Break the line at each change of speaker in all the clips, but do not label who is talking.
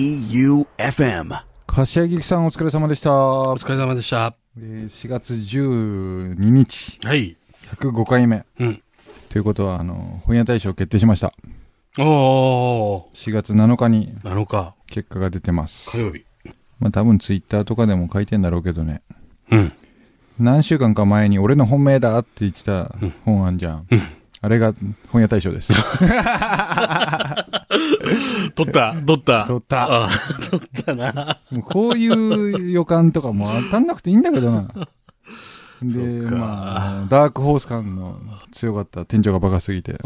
J-O-E-U-F-M
柏木さんお疲れ様でした。
お疲れ様でした。
えー4月12日、
はい。
105回目。
うん。
ということは、あの、本屋大賞決定しました。
お
4月7日に
ー、7日、
結果が出てます。
火曜日。
まあ多分ツイッターとかでも書いてんだろうけどね。
うん。
何週間か前に俺の本命だって言ってた本あんじゃん。あれが本屋大賞です。
取った、取った。
取った
あー取ったな。
もうこういう予感とかも当たんなくていいんだけどな。で、
そっか
まあ、ダークホース感の強かった店長がバカすぎて、
う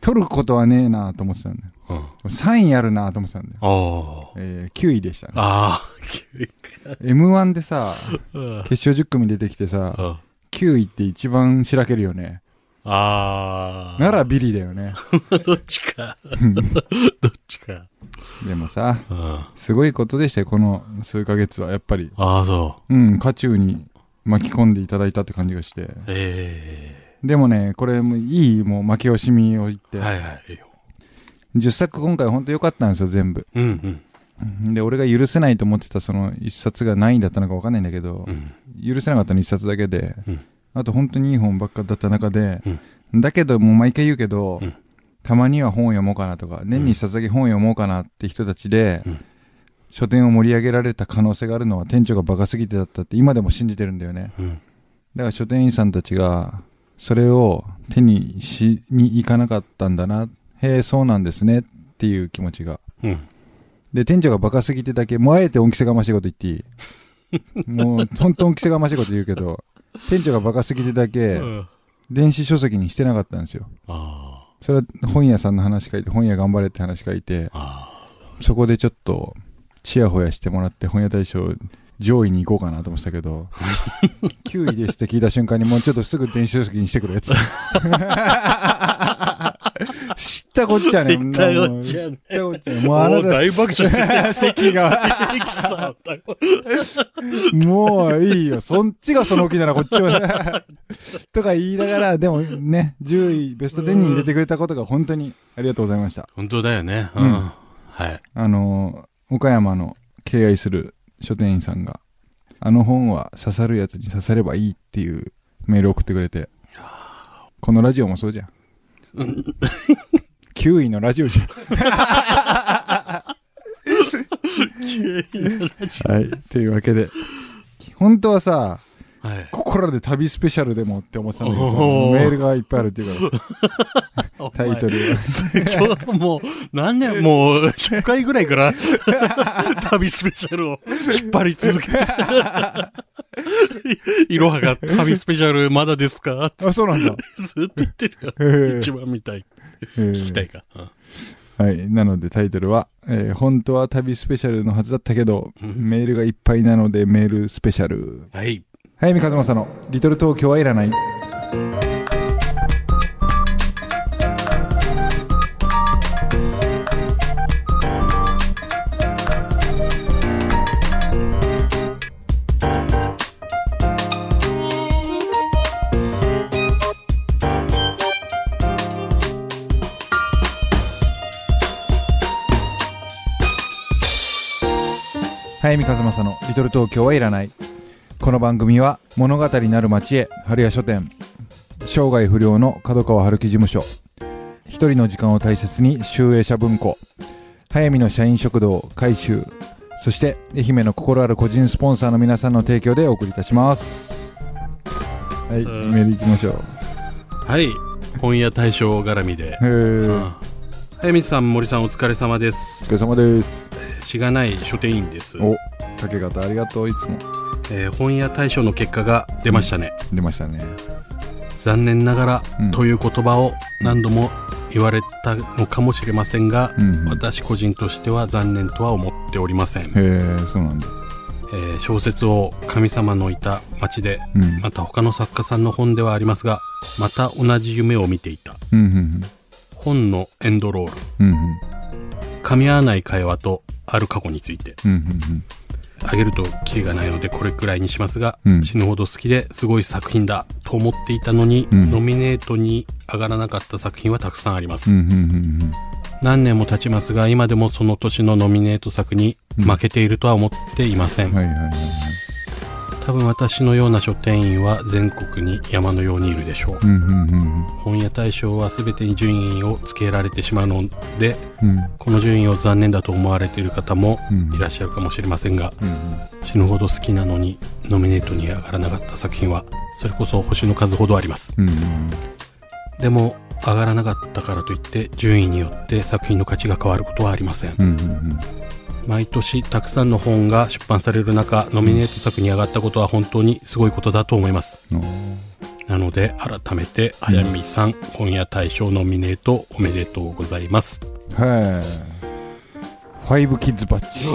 取ることはねえなと思ってたんだよ。
ん。うん。
3位あるなと思ってたんだよ。
おー。
えー、9位 でしたね。
あー、急に
M1 でさ、
うん
決勝10組出てきてさ、
うん
9位って一番しらけるよね。
あー。
ならビリだよね。
どっちか。どっちか。
でもさ、
うん。あ
すごいことでしたよ、この数ヶ月は。やっぱり、
ー、そう。
うん、渦中に巻き込んでいただいたって感じがして。
え
でもね、これもいい、もう負け惜しみを言って。
ー。はいはい。いいよ
10作今回ほんと良かったんですよ、全部。
うん
で、俺が許せないと思ってたその1冊が何位だったのか分かんないんだけど
うん。う、ん。
許せなかったの1冊だけで、
うん
あと本当にいい本ばっかだった中で、だけどもう毎回言うけど、
うん
たまには本を読もうかなとか、年に1冊だけ本を読もうかなって人たちで、
うん
書店を盛り上げられた可能性があるのは店長がバカすぎてだったって今でも信じてるんだよね。
うん。
だから書店員さんたちが、それを手にしに行かなかったんだな。へえ、そうなんですね。っていう気持ちが。
うん。
で、店長がバカすぎてだけ、もうあえて恩着せがましいこと言っていいもう、ほんと恩着せがましいこと言うけど、店長がバカすぎてだけ、
うん
電子書籍にしてなかったんですよ。
あ
それは本屋さんの話書いて、本屋頑張れって話書いて
ー。、あ
そこでちょっと、チヤホヤしてもらって、本屋大賞上位に行こうかなと思ってたけど、9位ですって聞いた瞬間にもうちょっとすぐ電子書籍にしてくれっつ って。知ったこっちゃね。
ー。いったこっちゃね。
知ったこっちゃね。もうあ
も
な
う
た
大爆笑してた。
席が。
関さん。
もういいよ。そっちがその気ならこっちは。 とか言いながら、でもね、10位、ベスト10に入れてくれたことが本当にありがとうございました。
本当だよね。う
うん
ん。はい。
あの、岡山の敬愛する書店員さんが、あの本は刺さるやつに刺さればいいっていうメールを送ってくれて、このラジオもそうじゃん。9位のラジオじゃん。はい。というわけで、本当はさ、
はい。
ここらで旅スペシャルでもって思ってたんだけどさ、
おー
メールがいっぱいあるっていうから、タイトルが。
今日もう、何年、もう、初回ぐらい から、旅スペシャルを引っ張り続け て。いろはが旅スペシャルまだですかって
あ、そうなんだ。
ずっと言ってる
え
よ。
ー
一番見たい。 聞きたいか。うん
はい。なのでタイトルは、えー本当は旅スペシャルのはずだったけど、メールがいっぱいなのでメールスペシャル。
はい。
早見和正のリトル東京はいらない。早見和正のリトル東京はいらない。この番組は物語なる街へ春屋書店生涯不良の角川春樹事務所一人の時間を大切に集英社文庫早見の社員食堂改修そして愛媛の心ある個人スポンサーの皆さんの提供でお送りいたしますはい
うん
メールいきましょう
はい。本屋大賞絡みで
へ。え、
うん
お
早水さん、森さん、お疲れ様です。
疲れ様です
しがない書店員です。
お竹方ありがとういつも
えー本屋大賞の結果が出ましたね。
出ましたね
残念ながら、
うん
という言葉を何度も言われたのかもしれませんが、
うんへ
私個人としては残念とは思っておりません、え
えそうなんだ
ー小説を神様のいた町で
うん
また他の作家さんの本ではありますがまた同じ夢を見ていた
うんうん
本のエンドロール
うんうんうん
噛み合わない会話とある過去について
うんうん
あげるとキリがないのでこれくらいにしますが、
うん
死ぬほど好きですごい作品だと思っていたのに、
うん
ノミネートに上がらなかった作品はたくさんあります、
うんうんうんうん
何年も経ちますが、今でもその年のノミネート作に負けているとは思っていません。
はいはいはいはい。
多分私のような書店員は全国に山のようにいるでしょう。
うんうんうん
本屋大賞は全てに順位をつけられてしまうので、
うん。うん
この順位を残念だと思われている方も
うん
いらっしゃるかもしれませんが、
うん
死ぬほど好きなのにノミネートに上がらなかった作品はそれこそ星の数ほどあります
うんうん
でも上がらなかったからといって順位によって作品の価値が変わることはありません
うんうんうん
毎年たくさんの本が出版される中ノミネート作に上がったことは本当にすごいことだと思います
うん
なので改めて早見さん本屋大賞ノミネートおめでとうございます
はい。ファイブキッズバッチ。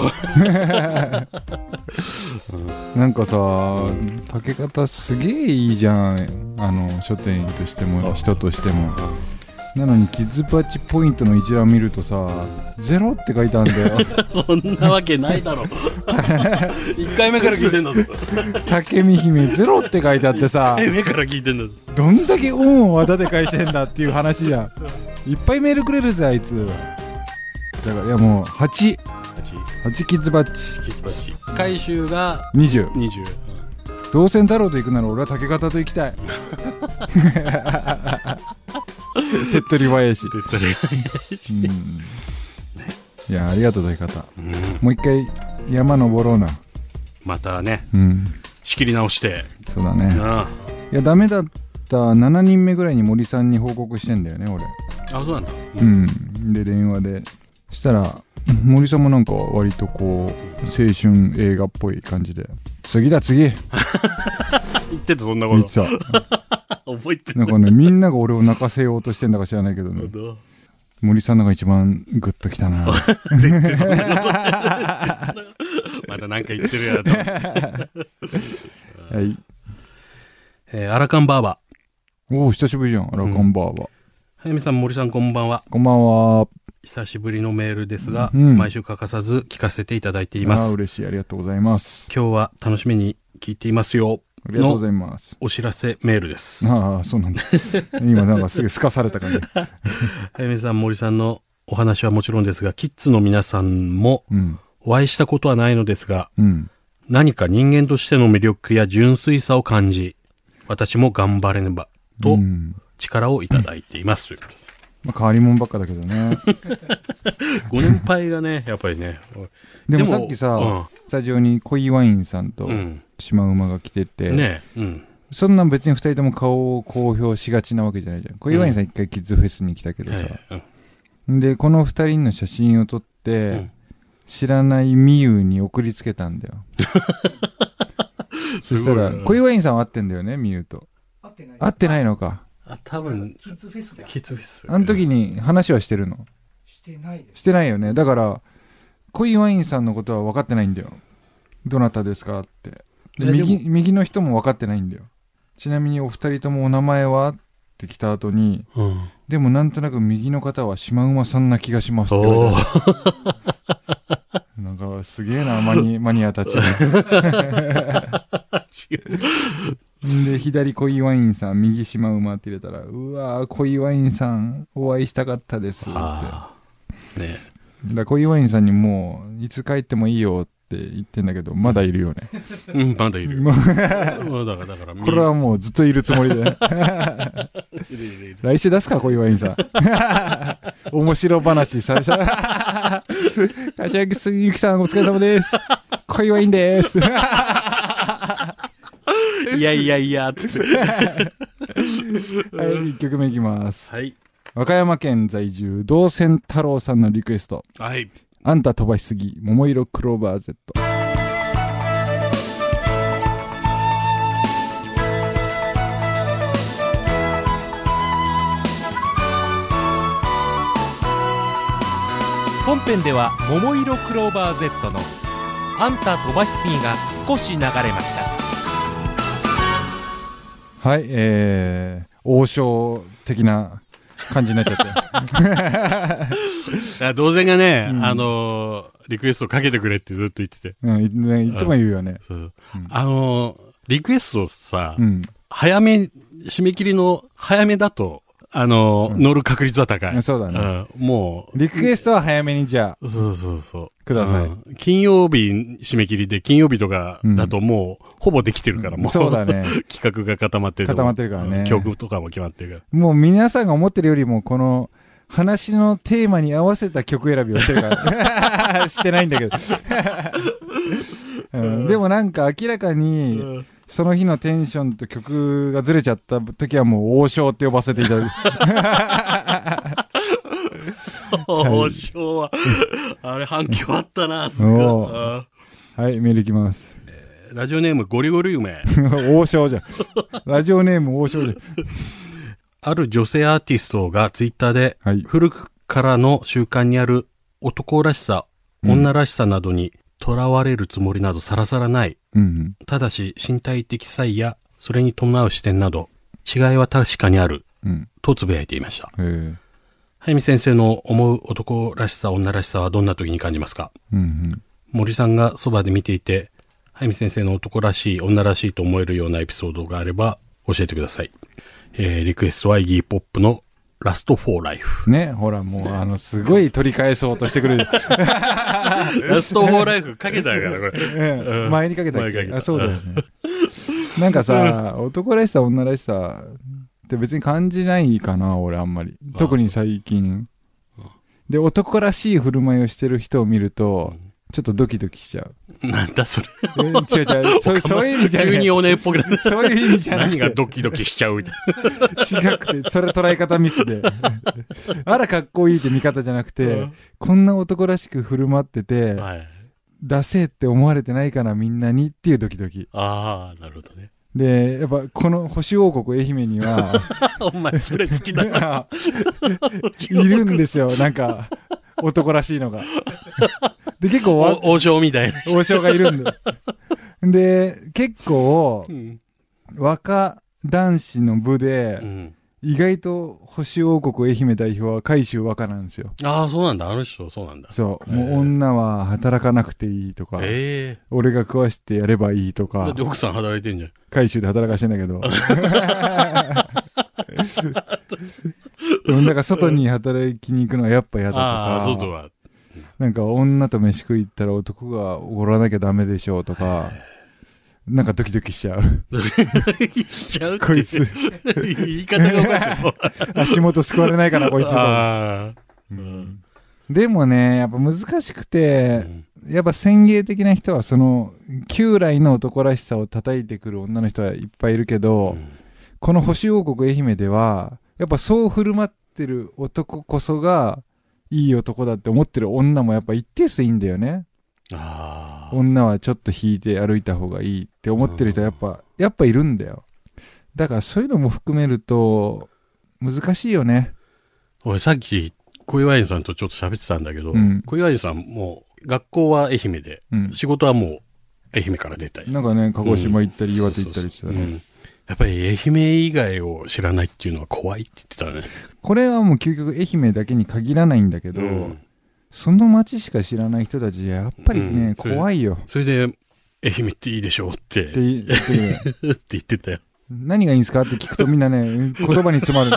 なんかさ、竹方すげえいいじゃん。あの書店員としても
あ
人としても。なのにキッズバッチポイントの一覧見るとさ、ゼロって書いてあるんだよ。
そんなわけない だろ1回目から聞いてんだ ぞ
竹見姫ゼロって書いてあってさ、
目から聞いてんだぞ
どんだけ恩を技で返してんだっていう話じゃん。いっぱいメールくれるぜあいつ。だからいやもう8、8キッズバッチ
回収が
20。
20
どうせ太郎と行くなら俺は竹方と行きたい手っ取り早いし、
絶対
うん、いやありがとう竹方
うん
もう一回山登ろうな
またね
うん
仕切り直して
そうだね
あ
いやダメだった7人目ぐらいに森さんに報告してんだよね俺
あそうなんだ
うんで電話でそしたら森さんもなんか割とこう青春映画っぽい感じで次だ次
言ってたそんなこ
言って
と
た
覚えて
なんかねみんなが俺を泣かせようとしてんだか知らないけどね
る
森さんのが一番グッときたな
絶対そんなこと またなんか言ってるやろと思って
はい
えーアラカンバーバ
おお久しぶりじゃんあらこんばんは、
早見さん森さんこんばんは
こんばんは
久しぶりのメールですが、
うん
毎週欠かさず聞かせていただいていま
あー
す
嬉しいありがとうございます
今日は楽しみに聞いていますよ
ありがとうございます
お知らせメールです
ああそうなんだ今なんかすぐすかされた感じ
早見さん森さんのお話はもちろんですがキッズの皆さんも
うん
お会いしたことはないのですが
うん
何か人間としての魅力や純粋さを感じ私も頑張れねば
う
と
ん
力をいただいています、 ということです
まあ、変わり者ばっかだけど ね
ご年配がねやっぱりね
でもさっきさ、スタジオに恋ワインさんと
うん、うん
シマウマが来てて、
ねえうん
そんなん別に二人とも顔を公表しがちなわけじゃないじゃん恋ワインさん一回キッズフェスに来たけどさ、
ええうん
でこの二人の写真を撮って、
うん
知らないみゆに送りつけたんだよそしたら
すごいな
小岩院さんは会ってんだよねみゆと
合ってない
会ってないのか
あ多分
キッズフェスだ
キッズフェス
あの時に話はしてるの
してないです
してないよねだから小岩院さんのことは分かってないんだよどなたですかって
い
で
やでも
右右の人も分かってないんだよちなみにお二人ともお名前はって来た後に
うん
でもなんとなく右の方はシマウマさんな気がしますって言われ
お
て
ー
なんかすげえな、マニ マニアたち。
違う
で、左恋ワインさん、右島馬って入れたら、うわー、恋ワインさん、お会いしたかったです って。だか
ああね
ら恋ワインさんにもう、いつ帰ってもいいよって言ってんだけど、まだいるよね。
えうんまだいる
もう
うんだからだから
これはもうずっといるつもりで。
いるいるいる
来週出すか、恋ワインさん。 面白話、最初。柏木ゆきさん、お疲れ様です。恋ワインです。
いやいやいや、つ って。
はい、1曲目いきます。
はい。
和歌山県在住、道仙太郎さんのリクエスト。
はい。
あんた飛ばしすぎ、桃色クローバー Z。
本編では「桃色クローバー Z」の「あんた飛ばしすぎ」が少し流れました
はい、えー、王将的な感じになっちゃって。
同然がね、
うん
あのーリクエストかけてくれってずっと言ってて。
うん、いねいつも言うよね。
そう
うん
あのーリクエストさ、
うん。
早め、締め切りの早めだと、あの、乗る確率は高い。
そうだね
んも
リクエストは早めにじゃあ。
う、そうそうそう。
ください
うん金曜日締め切りで、金曜日とかだともう、ほぼできてるから、もう。
そうだ。ね。
企画が固まってると思う。
固まってるからね
うん曲とかも決まってるから。
もう皆さんが思ってるよりも、この、話のテーマに合わせた曲選びをしてるから。 してないんだけど、うんでもなんか明らかに、その日のテンションと曲がずれちゃった時はもう王将って呼ばせていただ く。
王将 は、あれ反響あったな、す
お
ご
う
いあ
はい、メールいきます。
ー。ラジオネームゴリゴリ 梅。
王将じゃん。ラジオネーム王将じゃん。
ある女性アーティストがツイッターで、
はい
古くからの習慣にある男らしさ、女らしさなどに囚われるつもりなどさらさらない。
うん
ただし身体的差異やそれに伴う視点など、違いは確かにある。
うん。うん。
とつぶやいていました。
へえ。
早見先生の思う男らしさ、女らしさはどんな時に感じますか
うんうん。
森さんがそばで見ていて、早見先生の男らしい、女らしいと思えるようなエピソードがあれば教えてください。えー、リクエストはイギーポップのラストフォーライフ。
ね、ほら、もう、あの、すごい取り返そうとしてくれる。
ラストフォーライフかけたから、これ。
うん前にかけたっ
前にかけ
け
た
あ、そうだよね。なんかさ、男らしさ、女らしさって別に感じないかな、俺、あんまり。
あ
特に最近。で、男らしい振る舞いをしてる人を見ると、ちょっとドキドキしちゃう。
なんだそれ。
え違う 違う、そうそういう意味じゃな
急に
い。
おねえっぽくなる。
そういう意味じゃなく
何が
て、
ドキドキしちゃうみたい
違くて、それ捉え方ミ スで。あら、かっこいいって見方じゃなくて、こんな男らしく振る舞ってて、
な。はい。
出せって思われてないかなみんなにっていうドキドキ
ああ、なるほどね。
でやっぱこの星王国愛媛には
お前、それ好きだな。
いるんですよなんか男らしいのがで結構わ
お王将みたいな。
王将がいるんでで結構
うん。
若男子の部で
うん。
意外と星王国愛媛代表は海州若なんですよ
ああ、そうなんだ。あの人、そうなんだ。
そう、
へ
も
え
う女は働かなくていいとか、
ええ
俺が食わしてやればいいと
だ
か
って奥さん働いてんじゃん。
回収で働かしてんだけど。でもなんか外に働きに行くのはやっぱ嫌だと
ああ、外
か、
は。
なんか女と飯食い行ったら男がおごらなきゃダメでしょうとか、なんかドキドキしちゃう。
しちゃうって。
こいつ。
言い方がおかしいもん。
足元救われないかな、こいつ。
ああ。
うんでもね、やっぱ難しく
う
て、
ん
やっぱ先鋭的な人はその、旧来の男らしさを叩いてくる女の人はいっぱいいるけど、この星王国愛媛では、やっぱそう振る舞ってる男こそが、いい男だって思ってる女もやっぱ一定数いいんだよね。
ああ。
女はちょっと引いて歩いた方がいいって思ってる人はやっぱ、やっぱいるんだよ。だからそういうのも含めると、難しいよね。
俺さっき、小岩井さんとちょっと喋ってたんだけど
うん、
小岩井さんも、学校は愛媛で、
うん。
仕事はもう、愛媛から出たり。
なんかね、鹿児島行ったり、岩手行ったりして
そう
た
そうそうう
ね。
んやっぱり愛媛以外を知らないっていうのは怖いって言ってたね。
これはもう究極愛媛だけに限らないんだけど、
うん
その町しか知らない人たち、やっぱり
う
ね
ん、
怖いよ。
それで、愛媛っていいでしょうって、
って言ってる ね
って言ってたよ。
何がいいんですかって聞くとみんなね、言葉に 詰まる。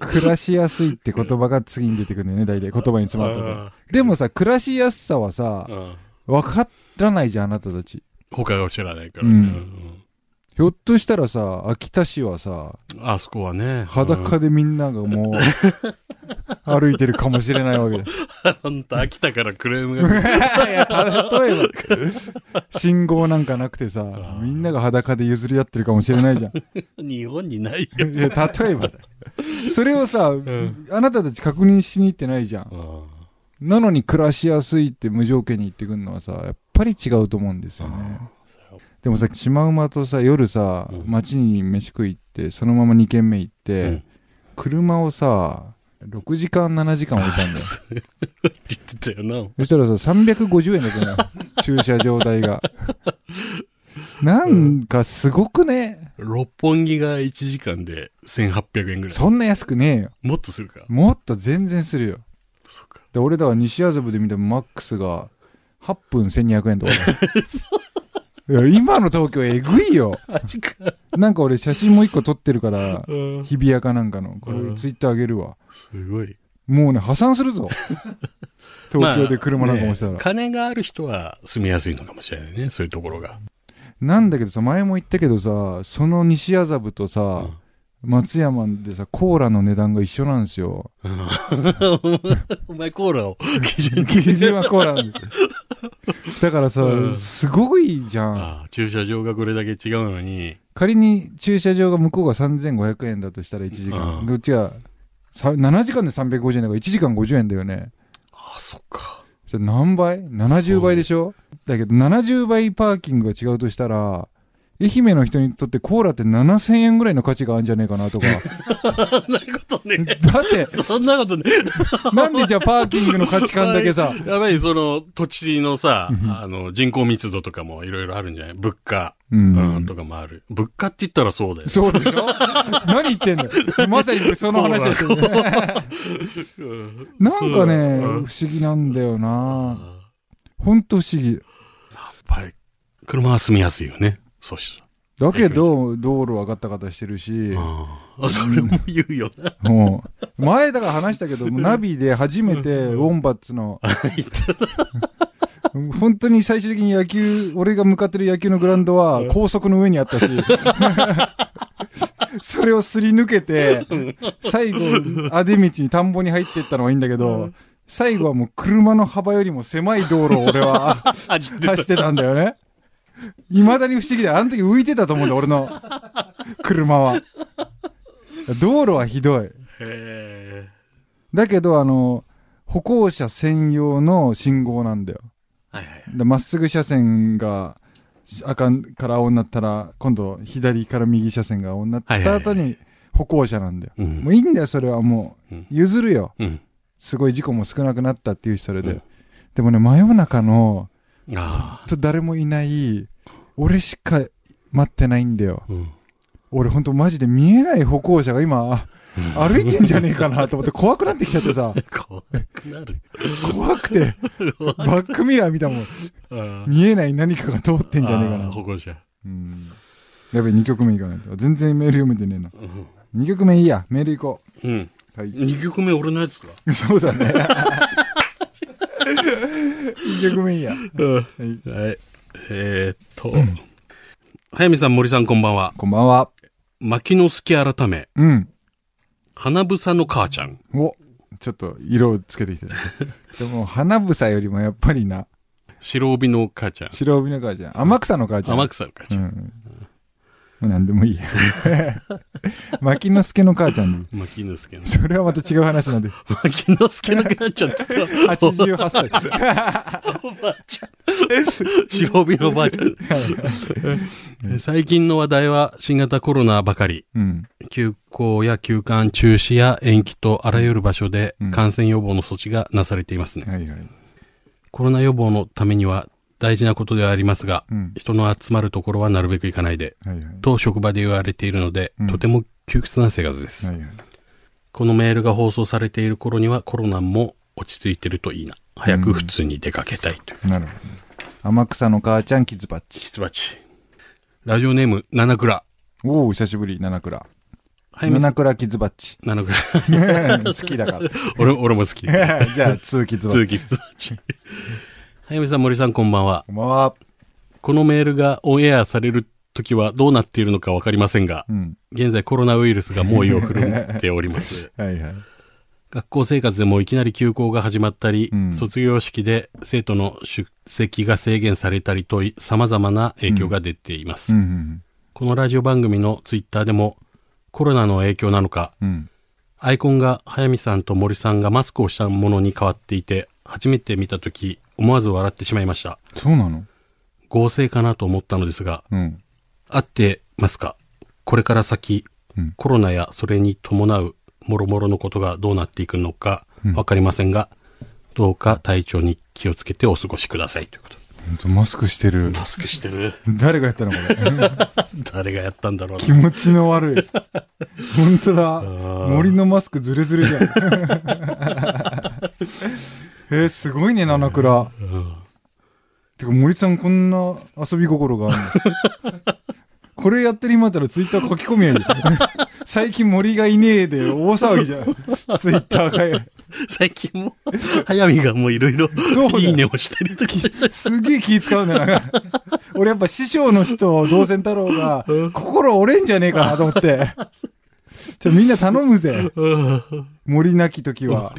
暮らしやすいって言葉が次に出てくるんだよね、大体。言葉に詰まった
あ
と。でもさ、暮らしやすさはさ
ー、うん
分からないじゃん、あなたたち。
他が知らないからね。
うん
うん
ひょっとしたらさ、秋田市はさ、
あそこはね。
裸でみんながもう、 歩いてるかもしれないわけだ。
ほんと、秋田からクレームが来る。
いや例えば、信号なんかなくてさ、みんなが裸で譲り合ってるかもしれないじゃん。
日本にないよ。
いや例えばだそれをさ、あなたたち確認しに行ってないじゃんなのに暮らしやすいって無条件に言ってくるのはさやっぱり違うと思うんですよねでもさシマウマとさ夜さ
うん
街に飯食い行ってそのまま2軒目行って、
うん
車をさ6時間7時間置いたんだよ
って言ってたよ
そしたらさ350円だった な駐車場代がなんかすごくね、
な。六本木が1時間で1800円ぐらい。
そんな安くねえよ
もっとするか。
もっと全然するよ
そっか。
で俺だから西麻布で見てもマックスが8分1200円とかだいや今の東京えぐいよ
マジか。
なんか俺写真もう一個撮ってるから日比谷かなんかのこ
う
れ
ん
ツイッターあげるわ
すごい。
もうね破産す るぞ東京で車なんかもしたら、
まあね金がある人は住みやすいのかもしれないね、そういうところが。
なんだけどさ前も言ったけどさその西麻布とさ、松山でさコーラの値段が一緒なんで すよ
お前コーラを基準に。
基準はコーラなんですだからさ、
うん
すごいじゃん
ああ駐車場がこれだけ違うのに、
仮に駐車場が向こうが3500円だとしたら1時間、
うん
どっちがさ7時間で350円だから1時間50円だよね
ああ、そっか。
それ何倍 ?70 倍でしょだけど70倍パーキングが違うとしたら愛媛の人にとってコーラって7000円ぐらいの価値があるんじゃねえ かなとか
そんなことね。
だって
そんなことね。
なんでじゃあパーキングの価値観だけさ
やばい、その土地のさ、あの、人口密度とかもいろいろあるんじゃない物価、
うん
うん、とかもある。物価って言ったらそうだよ。
そうでし ょ何言ってんのまさにその話ですよね
うん
なんかね
そうう
不
ん
思議なんだよな
あ
ほんと不思議
あやっぱり、車は住みやすいよね。そした
だけど道路はガタガタしてるし
ら。ああ、それも言うよな。
もう前だから話した けど、ナビで初めてウォンバッツの、本当に最終的に野球、俺が向かってる野球のグラウンドは高速の上に あったし、それをすり抜けて、最後、あで道に田んぼに入っていったのはいいんだけど、最後はもう車の幅よりも狭い道路を俺は
あ、知ってた
走ってたんだよね。いまだに不思議だよ。あの時浮いてたと思うんだよ、俺の車は。道路はひどい。
へ
だけど、あの、歩行者専用の信号なんだよ。
ーはいはい。
でまっすぐ車線が赤から青になったら、今度左から右車線が青になっ
はいは
た
いは
後に歩行者なんだよ。
うん
もういいんだよ、それはもう
うん。
譲るよ。
うん。
すごい事故も少なくなったっていうし、それで。
うん
でもね、真夜中の、
あ
ちょっと誰もいない、俺しか待ってないんだよ。
あ。うん。
俺ほんとマジで見えない歩行者が今、あ歩いてんじゃねえかなと思って怖くなってきちゃってさ。
怖くなる。
怖くて、バックミラー見たもん。
あ
見えない何かが通ってんじゃねえか
あ
な
ー。歩行者。
うん。やべえ、2曲目いかないと。全然メール読めてねえな。
うん。
2曲目いいや、メール行こ
うん。
う。はい。
2曲目俺のやつか
そう だね。2曲目いいや。はい。
はい。えーっと。早見さん、森さん、こんばんは。
こんばんは。
牧之助改め、
うん。
花房の母ちゃん。
お、ちょっと色をつけてきてる。でも、花房よりもやっぱりな、
白帯の母ちゃん。
白帯の母ちゃん、天草の母ちゃん。
天草の母ちゃん。
うん。もう何でもいいや。 牧之助の母ちゃんでいい
牧之助の。
それはまた違う話なんで。
牧之助の母ちゃんって言ったら
88歳。
おばあちゃん。白帯のおば あちゃん。え最近の話題は新型コロナばかり。
うん。
休校や休館中止や延期とあらゆる場所で
うん
感染予防の措置がなされていますね。
はいはい。
コロナ予防のためには大事なことではありますが、
うん。
人の集まるところはなるべく行かないで、
はいはい。
と職場で言われているので、
うん
とても窮屈な生活です、
はいはい。
このメールが放送されている頃にはコロナも落ち着いてるといいな。早く普通に出かけたいという。
なるほど。天草の母ちゃん、キズバッチ。
キツバチ。ラジオネーム、七倉。
おお、久しぶり、七倉。
はい、みさ
七
ん
倉キズバッチ。
七倉。
好きだか
俺も俺も好き。
ら。 じゃあ、ツーキズバッチ。
続き、キツバチ。はい、みさん、森さん、こんばんは。
こんばんは。
このメールがオンエアされる時はどうなっているのかわかりませんが
う、ん。
現在コロナウイルスが猛威を振るっており ます。
はいはい。
学校生活でもいきなり休校が始まったり、
うん
卒業式で生徒の出席が制限されたりとい様々な影響が出ていま
う
す、
ん
このラジオ番組のツイッターでもコロナの影響なのか
うん。うん。
アイコンが早見さんと森さんがマスクをしたものに変わっていて初めて見た時思わず笑ってしまいました
そうなの
合成かなと思ったのですが
うん。
合ってますかこれから先
うん。
コロナやそれに伴う諸々のことがどうなっていくのか
うん
わかりませんが、どうか体調に気をつけてお過ごしくださいということ。
ほんとマスクしてる。
マスクしてる。
誰がやったのこれ。
誰がやったんだろう
気持ちの悪い。ほんとだ。森のマスクズレズレじゃん。えー、すごいね、七倉。
な。うん
てか森さんこんな遊び心があるのこれやってる今だったらツイッター書き込みやいい最近森がいねえで大騒ぎじゃん。ツイッターが。
最近も、早見がもういろいろ
そう、だ
いいねをしたりとかして
すげえ気使うんだよな。 俺やっぱ師匠の人、道仙太郎が
うん
心折れんじゃねえかなと思って。ちょ、みんな頼むぜ。
うん
森なき時は。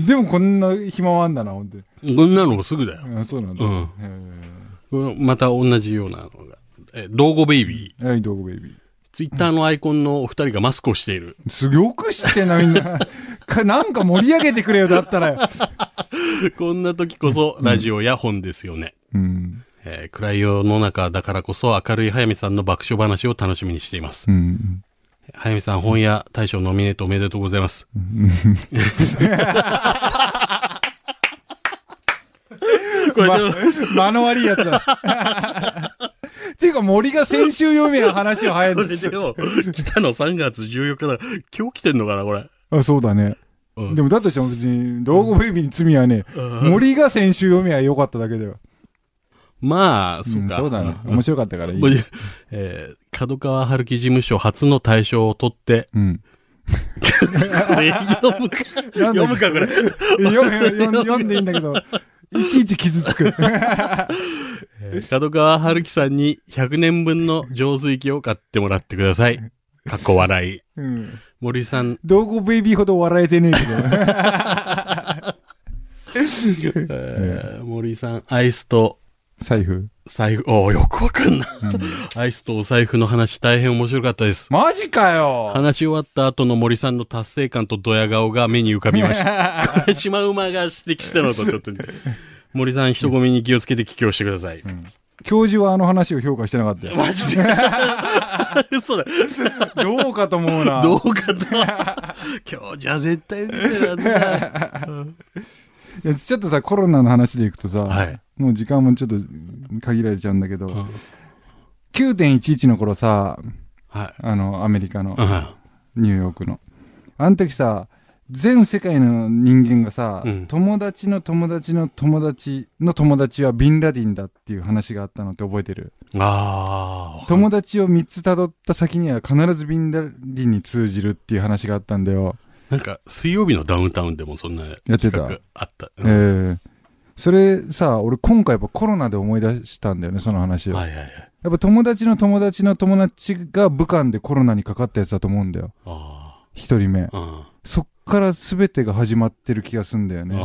でもこんな暇はあんだな、ほんとに。
こんなのすぐだよ。
あそうなんだ。
うん
え
また同じようなのが。え、道後ベイビー。
ーはい、どうもベイビー。
ツイッターのアイコンのお二人がマスクをしている。
すごく知ってんな、みんな。か、なんか盛り上げてくれよ、だったらよ。
こんな時こそ、ラジオや本ですよね。
うん。
えー暗い世の中だからこそ明るい早見さんの爆笑話を楽しみにしています。
うん。
早見さん、本屋大賞ノミネートおめでとうございます。これでも、
ま、間の悪いやつだ。 っていうか、森が先週読めや話は早いん
こ
だ
れでも、来たの3月14日だから、今日来てんのかな、これ。
あ、そうだね。
うん
でも、だとしても別に、道後ベイビーに罪はね、森が先週読めは良かっただけだよ。
まあ、そ
ん
うか。
そうだね。面白かったからいい。
もうえー角川春樹事務所初の大賞を取 って、
うん。
これ読むか、
なんだ
読むか、これ。
読め読ん読んでいいんだけど、いちいち傷つく。
角川春樹さんに100年分の浄水器を買ってもらってください。かっこ笑い。
うん。
森さん、
道後ベイビーほど笑えてねえけど。
えー森さん、アイスと
財布。
財布、おーよくわかんない。アイスとお財布の話大変面白かったです。
マジかよ
話し終わった後の森さんの達成感とドヤ顔が目に浮かびました。これ、シマウマが指摘したのとちょっと、ね、森さん、人混みに気をつけて帰郷してください。
教授はあの話を評価してなかったよ。
マジで 嘘だ。
どうかと思うな。
どうかと。今日じゃ絶対受けて なんだ。
いやちょっとさ、コロナの話でいくとさ、
はい
もう時間もちょっと限られちゃうんだけど、9.11の頃さ、
はい。
あの、アメリカの、
う
ニューヨークの。あの時さ、全世界の人間がさ、
うん
友達の友達の友達の友達はビンラディンだっていう話があったのって覚えてる
ん、ああ。
友達を3つ辿った先には必ずビンラディンに通じるっていう話があったんだよ。
なんか、水曜日のダウンタウンでもそんな
やってた
企画あった。
えーそれさ、俺今回やっぱコロナで思い出したんだよね、その話を。
はいはいはい。
やっぱ友達の友達の友達が武漢でコロナにかかったやつだと思うんだよ。
あ
一人目
あ。。うん
そっから全てが始まってる気がすんだよね。
あ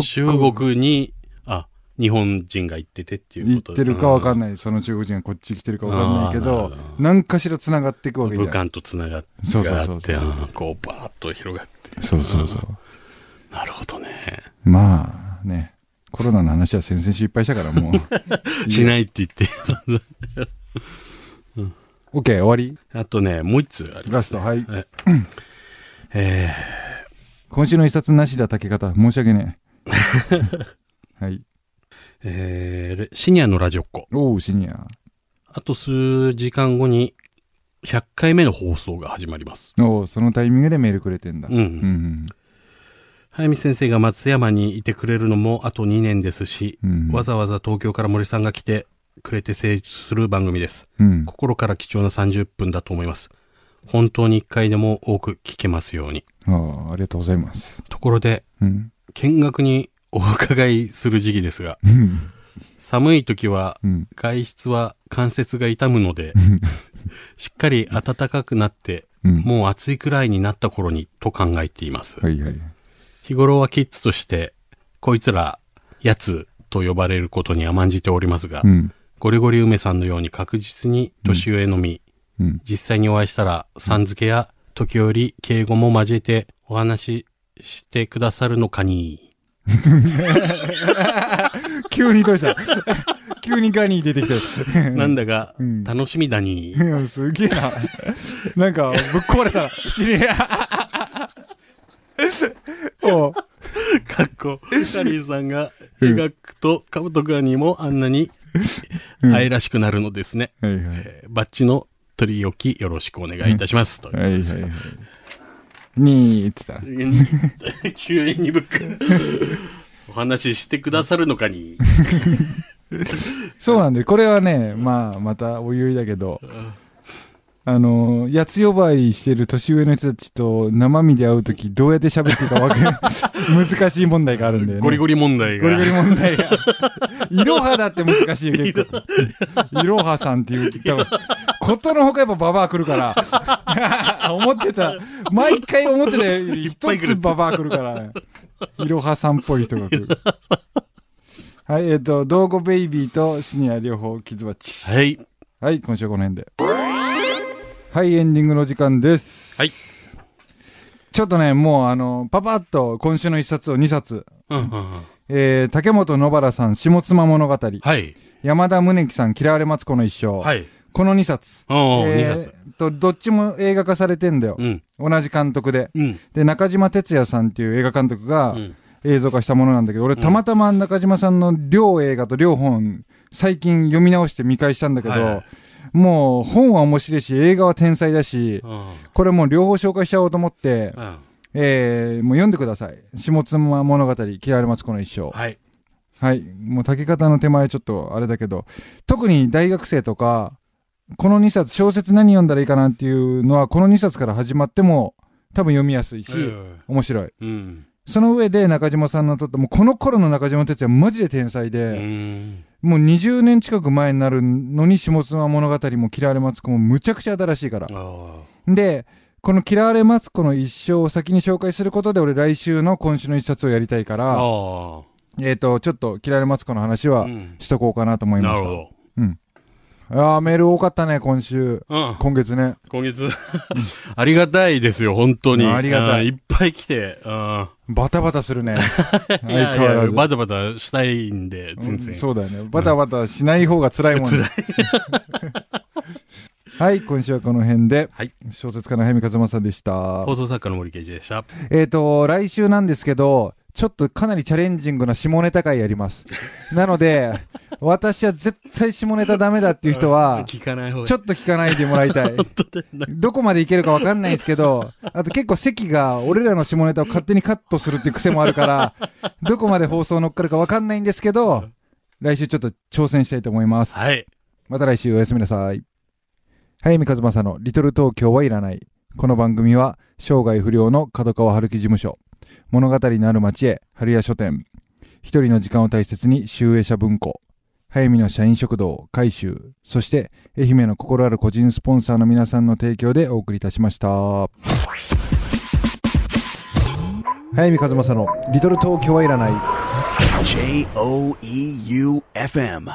あ。
っ
中
から
国に、あ、日本人が行っててっていう
行っ
こと
てるかわかん
ない。
ない。その中国人がこっち来てるかわかんないけ
あー
ど
なるほ、ど
何かしら繋がっていくわけじゃ
武
ん。
漢とつながって、
そうそうそう
があってうんこう、バーッと広がって。
そうそうそう。
なるほどね。
まあね、コロナの話は先々週いっぱいしたか らもう。
しないって言って。
オッケー終わり
あとね、もう一つありま
ラス
す
ト、
ね。
はい。
はいえ
今週の一冊なしだ、竹方。申し訳ね え。はい。
ーえーシニアのラジオっ子。
おう、シニア。
あと数時間後に、100回目の放送が始まります。
おう、そのタイミングでメールくれてんだ。
うん
うんうん。
早見先生が松山にいてくれるのもあと2年ですし、
うん
わざわざ東京から森さんが来てくれて成立する番組です。
うん。
心から貴重な30分だと思います。本当に1回でも多く聞けますように。
ああ、ありがとうございます。
ところで、
うん。
見学にお伺いする時期ですが、
うん
寒い時は
うん。
外出は関節が痛むの で、しっかり暖かくなって、
うん。
もう暑いくらいになった頃にと考えています。
はいはい。
日頃はキッズとして、こいつら、やつと呼ばれることに甘んじておりますが、
うん。
ゴリゴリ梅さんのように確実に年上のみ、
うん。
実際にお会いしたら、さん付けや時折敬語も交えてお話ししてくださるのかに。
急にどうした 急にガニー出てきたよ。
なんだが
うん、
楽しみだに。
いや すげえな。なんか、ぶっ壊れた。知り合い。 おう
かっこ、カリーさんが描くと、カブトくんにもあんなに愛らしくなるのですね。
はいはい。
えーバッチの取り置きよろしくお願いいたします。ということ
はい
で
はい
す
はい。 にーって言ったら。
急にぶっか。お話ししてくださるのかに。
そうなんで、これはね、まあ、またおいおいだけど、あの、八つ呼ばわりしてる年上の人たちと生身で会うとき、どうやって喋っていいか わけ、難しい問題があるんだよね。
ゴリゴリ問題が。
ゴリゴリ問 題が。いろはだって難しいよ、結構。いろはさんっていう、多分、ことのほかやっぱババア来るから。 思ってた。毎回思ってたより
ぱ
一
い来る
つババア来るから。いろはさんっぽい人 が来る。はい、えっ、と、道後ベイビーとシニア両方、キズバッチ。
はい。
はい、今週はこの辺で。はい、エンディングの時間です。
はい。
ちょっとね、もうあの、パパッと今週の一冊を二冊。
うんうんうん。
えー、竹本野原さん、下妻物語。
はい。
山田宗樹さん、嫌われ松子の一生。
はい。
この2冊。
うんうん、
え
2
ー
月。
と、どっちも映画化されてんだよ。
うん。
同じ監督で。
うん。
で、中島哲也さんっていう映画監督が
うん
映像化したものなんだけど、俺たまたま中島さんの両映画と両本、最近読み直して見返したんだけど、
はいはい
もう本は面白いし、映画は天才だし
う、ん。
これもう両方紹介しちゃおうと思って、
うん
えー、もう読んでください。下妻物語、嫌われ松子の一生。
はい。
はい。もう竹方の手前ちょっとあれだけど、特に大学生とか、この2冊、小説何読んだらいいかなっていうのは、この2冊から始まっても、多分読みやすいし、
うん
面白い。
うん。
その上で中島さんのとって、もうこの頃の中島哲也マジで天才
う
で、
ん。
もう20年近く前になるのに、下妻物語も嫌われ松子もむちゃくちゃ新しいから。
ああ。
で、この嫌われ松子の一生を先に紹介することで、俺来週の今週の一冊をやりたいか
あ
ら、
あ。
えっ、と、ちょっと嫌われ松子の話は、
うん
しとこうかなと思いま
な
し
る
た。
ほ
ああ、メール多かったね、今週。
ど。うん。
今月ね。
今月、 ありがたいですよ、本当に。
ありがたい
うんいっぱい来て、うん。相
バタバタす るね。相変わらず。
バタバタしたいんで、全
う
然。
んそうだよね。バタバタしない方が辛いもんね。
辛
はい、今週はこの辺で。
はい
小説家の早見和正でした。
放送作家の森圭司でした。
えっ、と、来週なんですけど、ちょっとかなりチャレンジングな下ネタ会やります。なの で、私は絶対下ネタダメだっていう人は、
聞かない方が
ちょっと聞かないでもらい たい。どこまでいけるかわかんないんですけど、あと結構席が俺らの下ネタを勝手にカットするっていう癖もあ るから、どこまで放送乗っかるかわかんないんですけど、来週ちょっと挑戦したいと思います。
はい。
また来週おやすみなさい。早見和正のリトル東京はいらない。この番組は生涯不良の角川春樹事務所、物語のある町へ春屋書店、一人の時間を大切に集英社文庫、早見の社員食堂、改修、そして愛媛の心ある個人スポンサーの皆さんの提供でお送りいたしました。早見和正のリトル東京はいらない。
J O E U F M.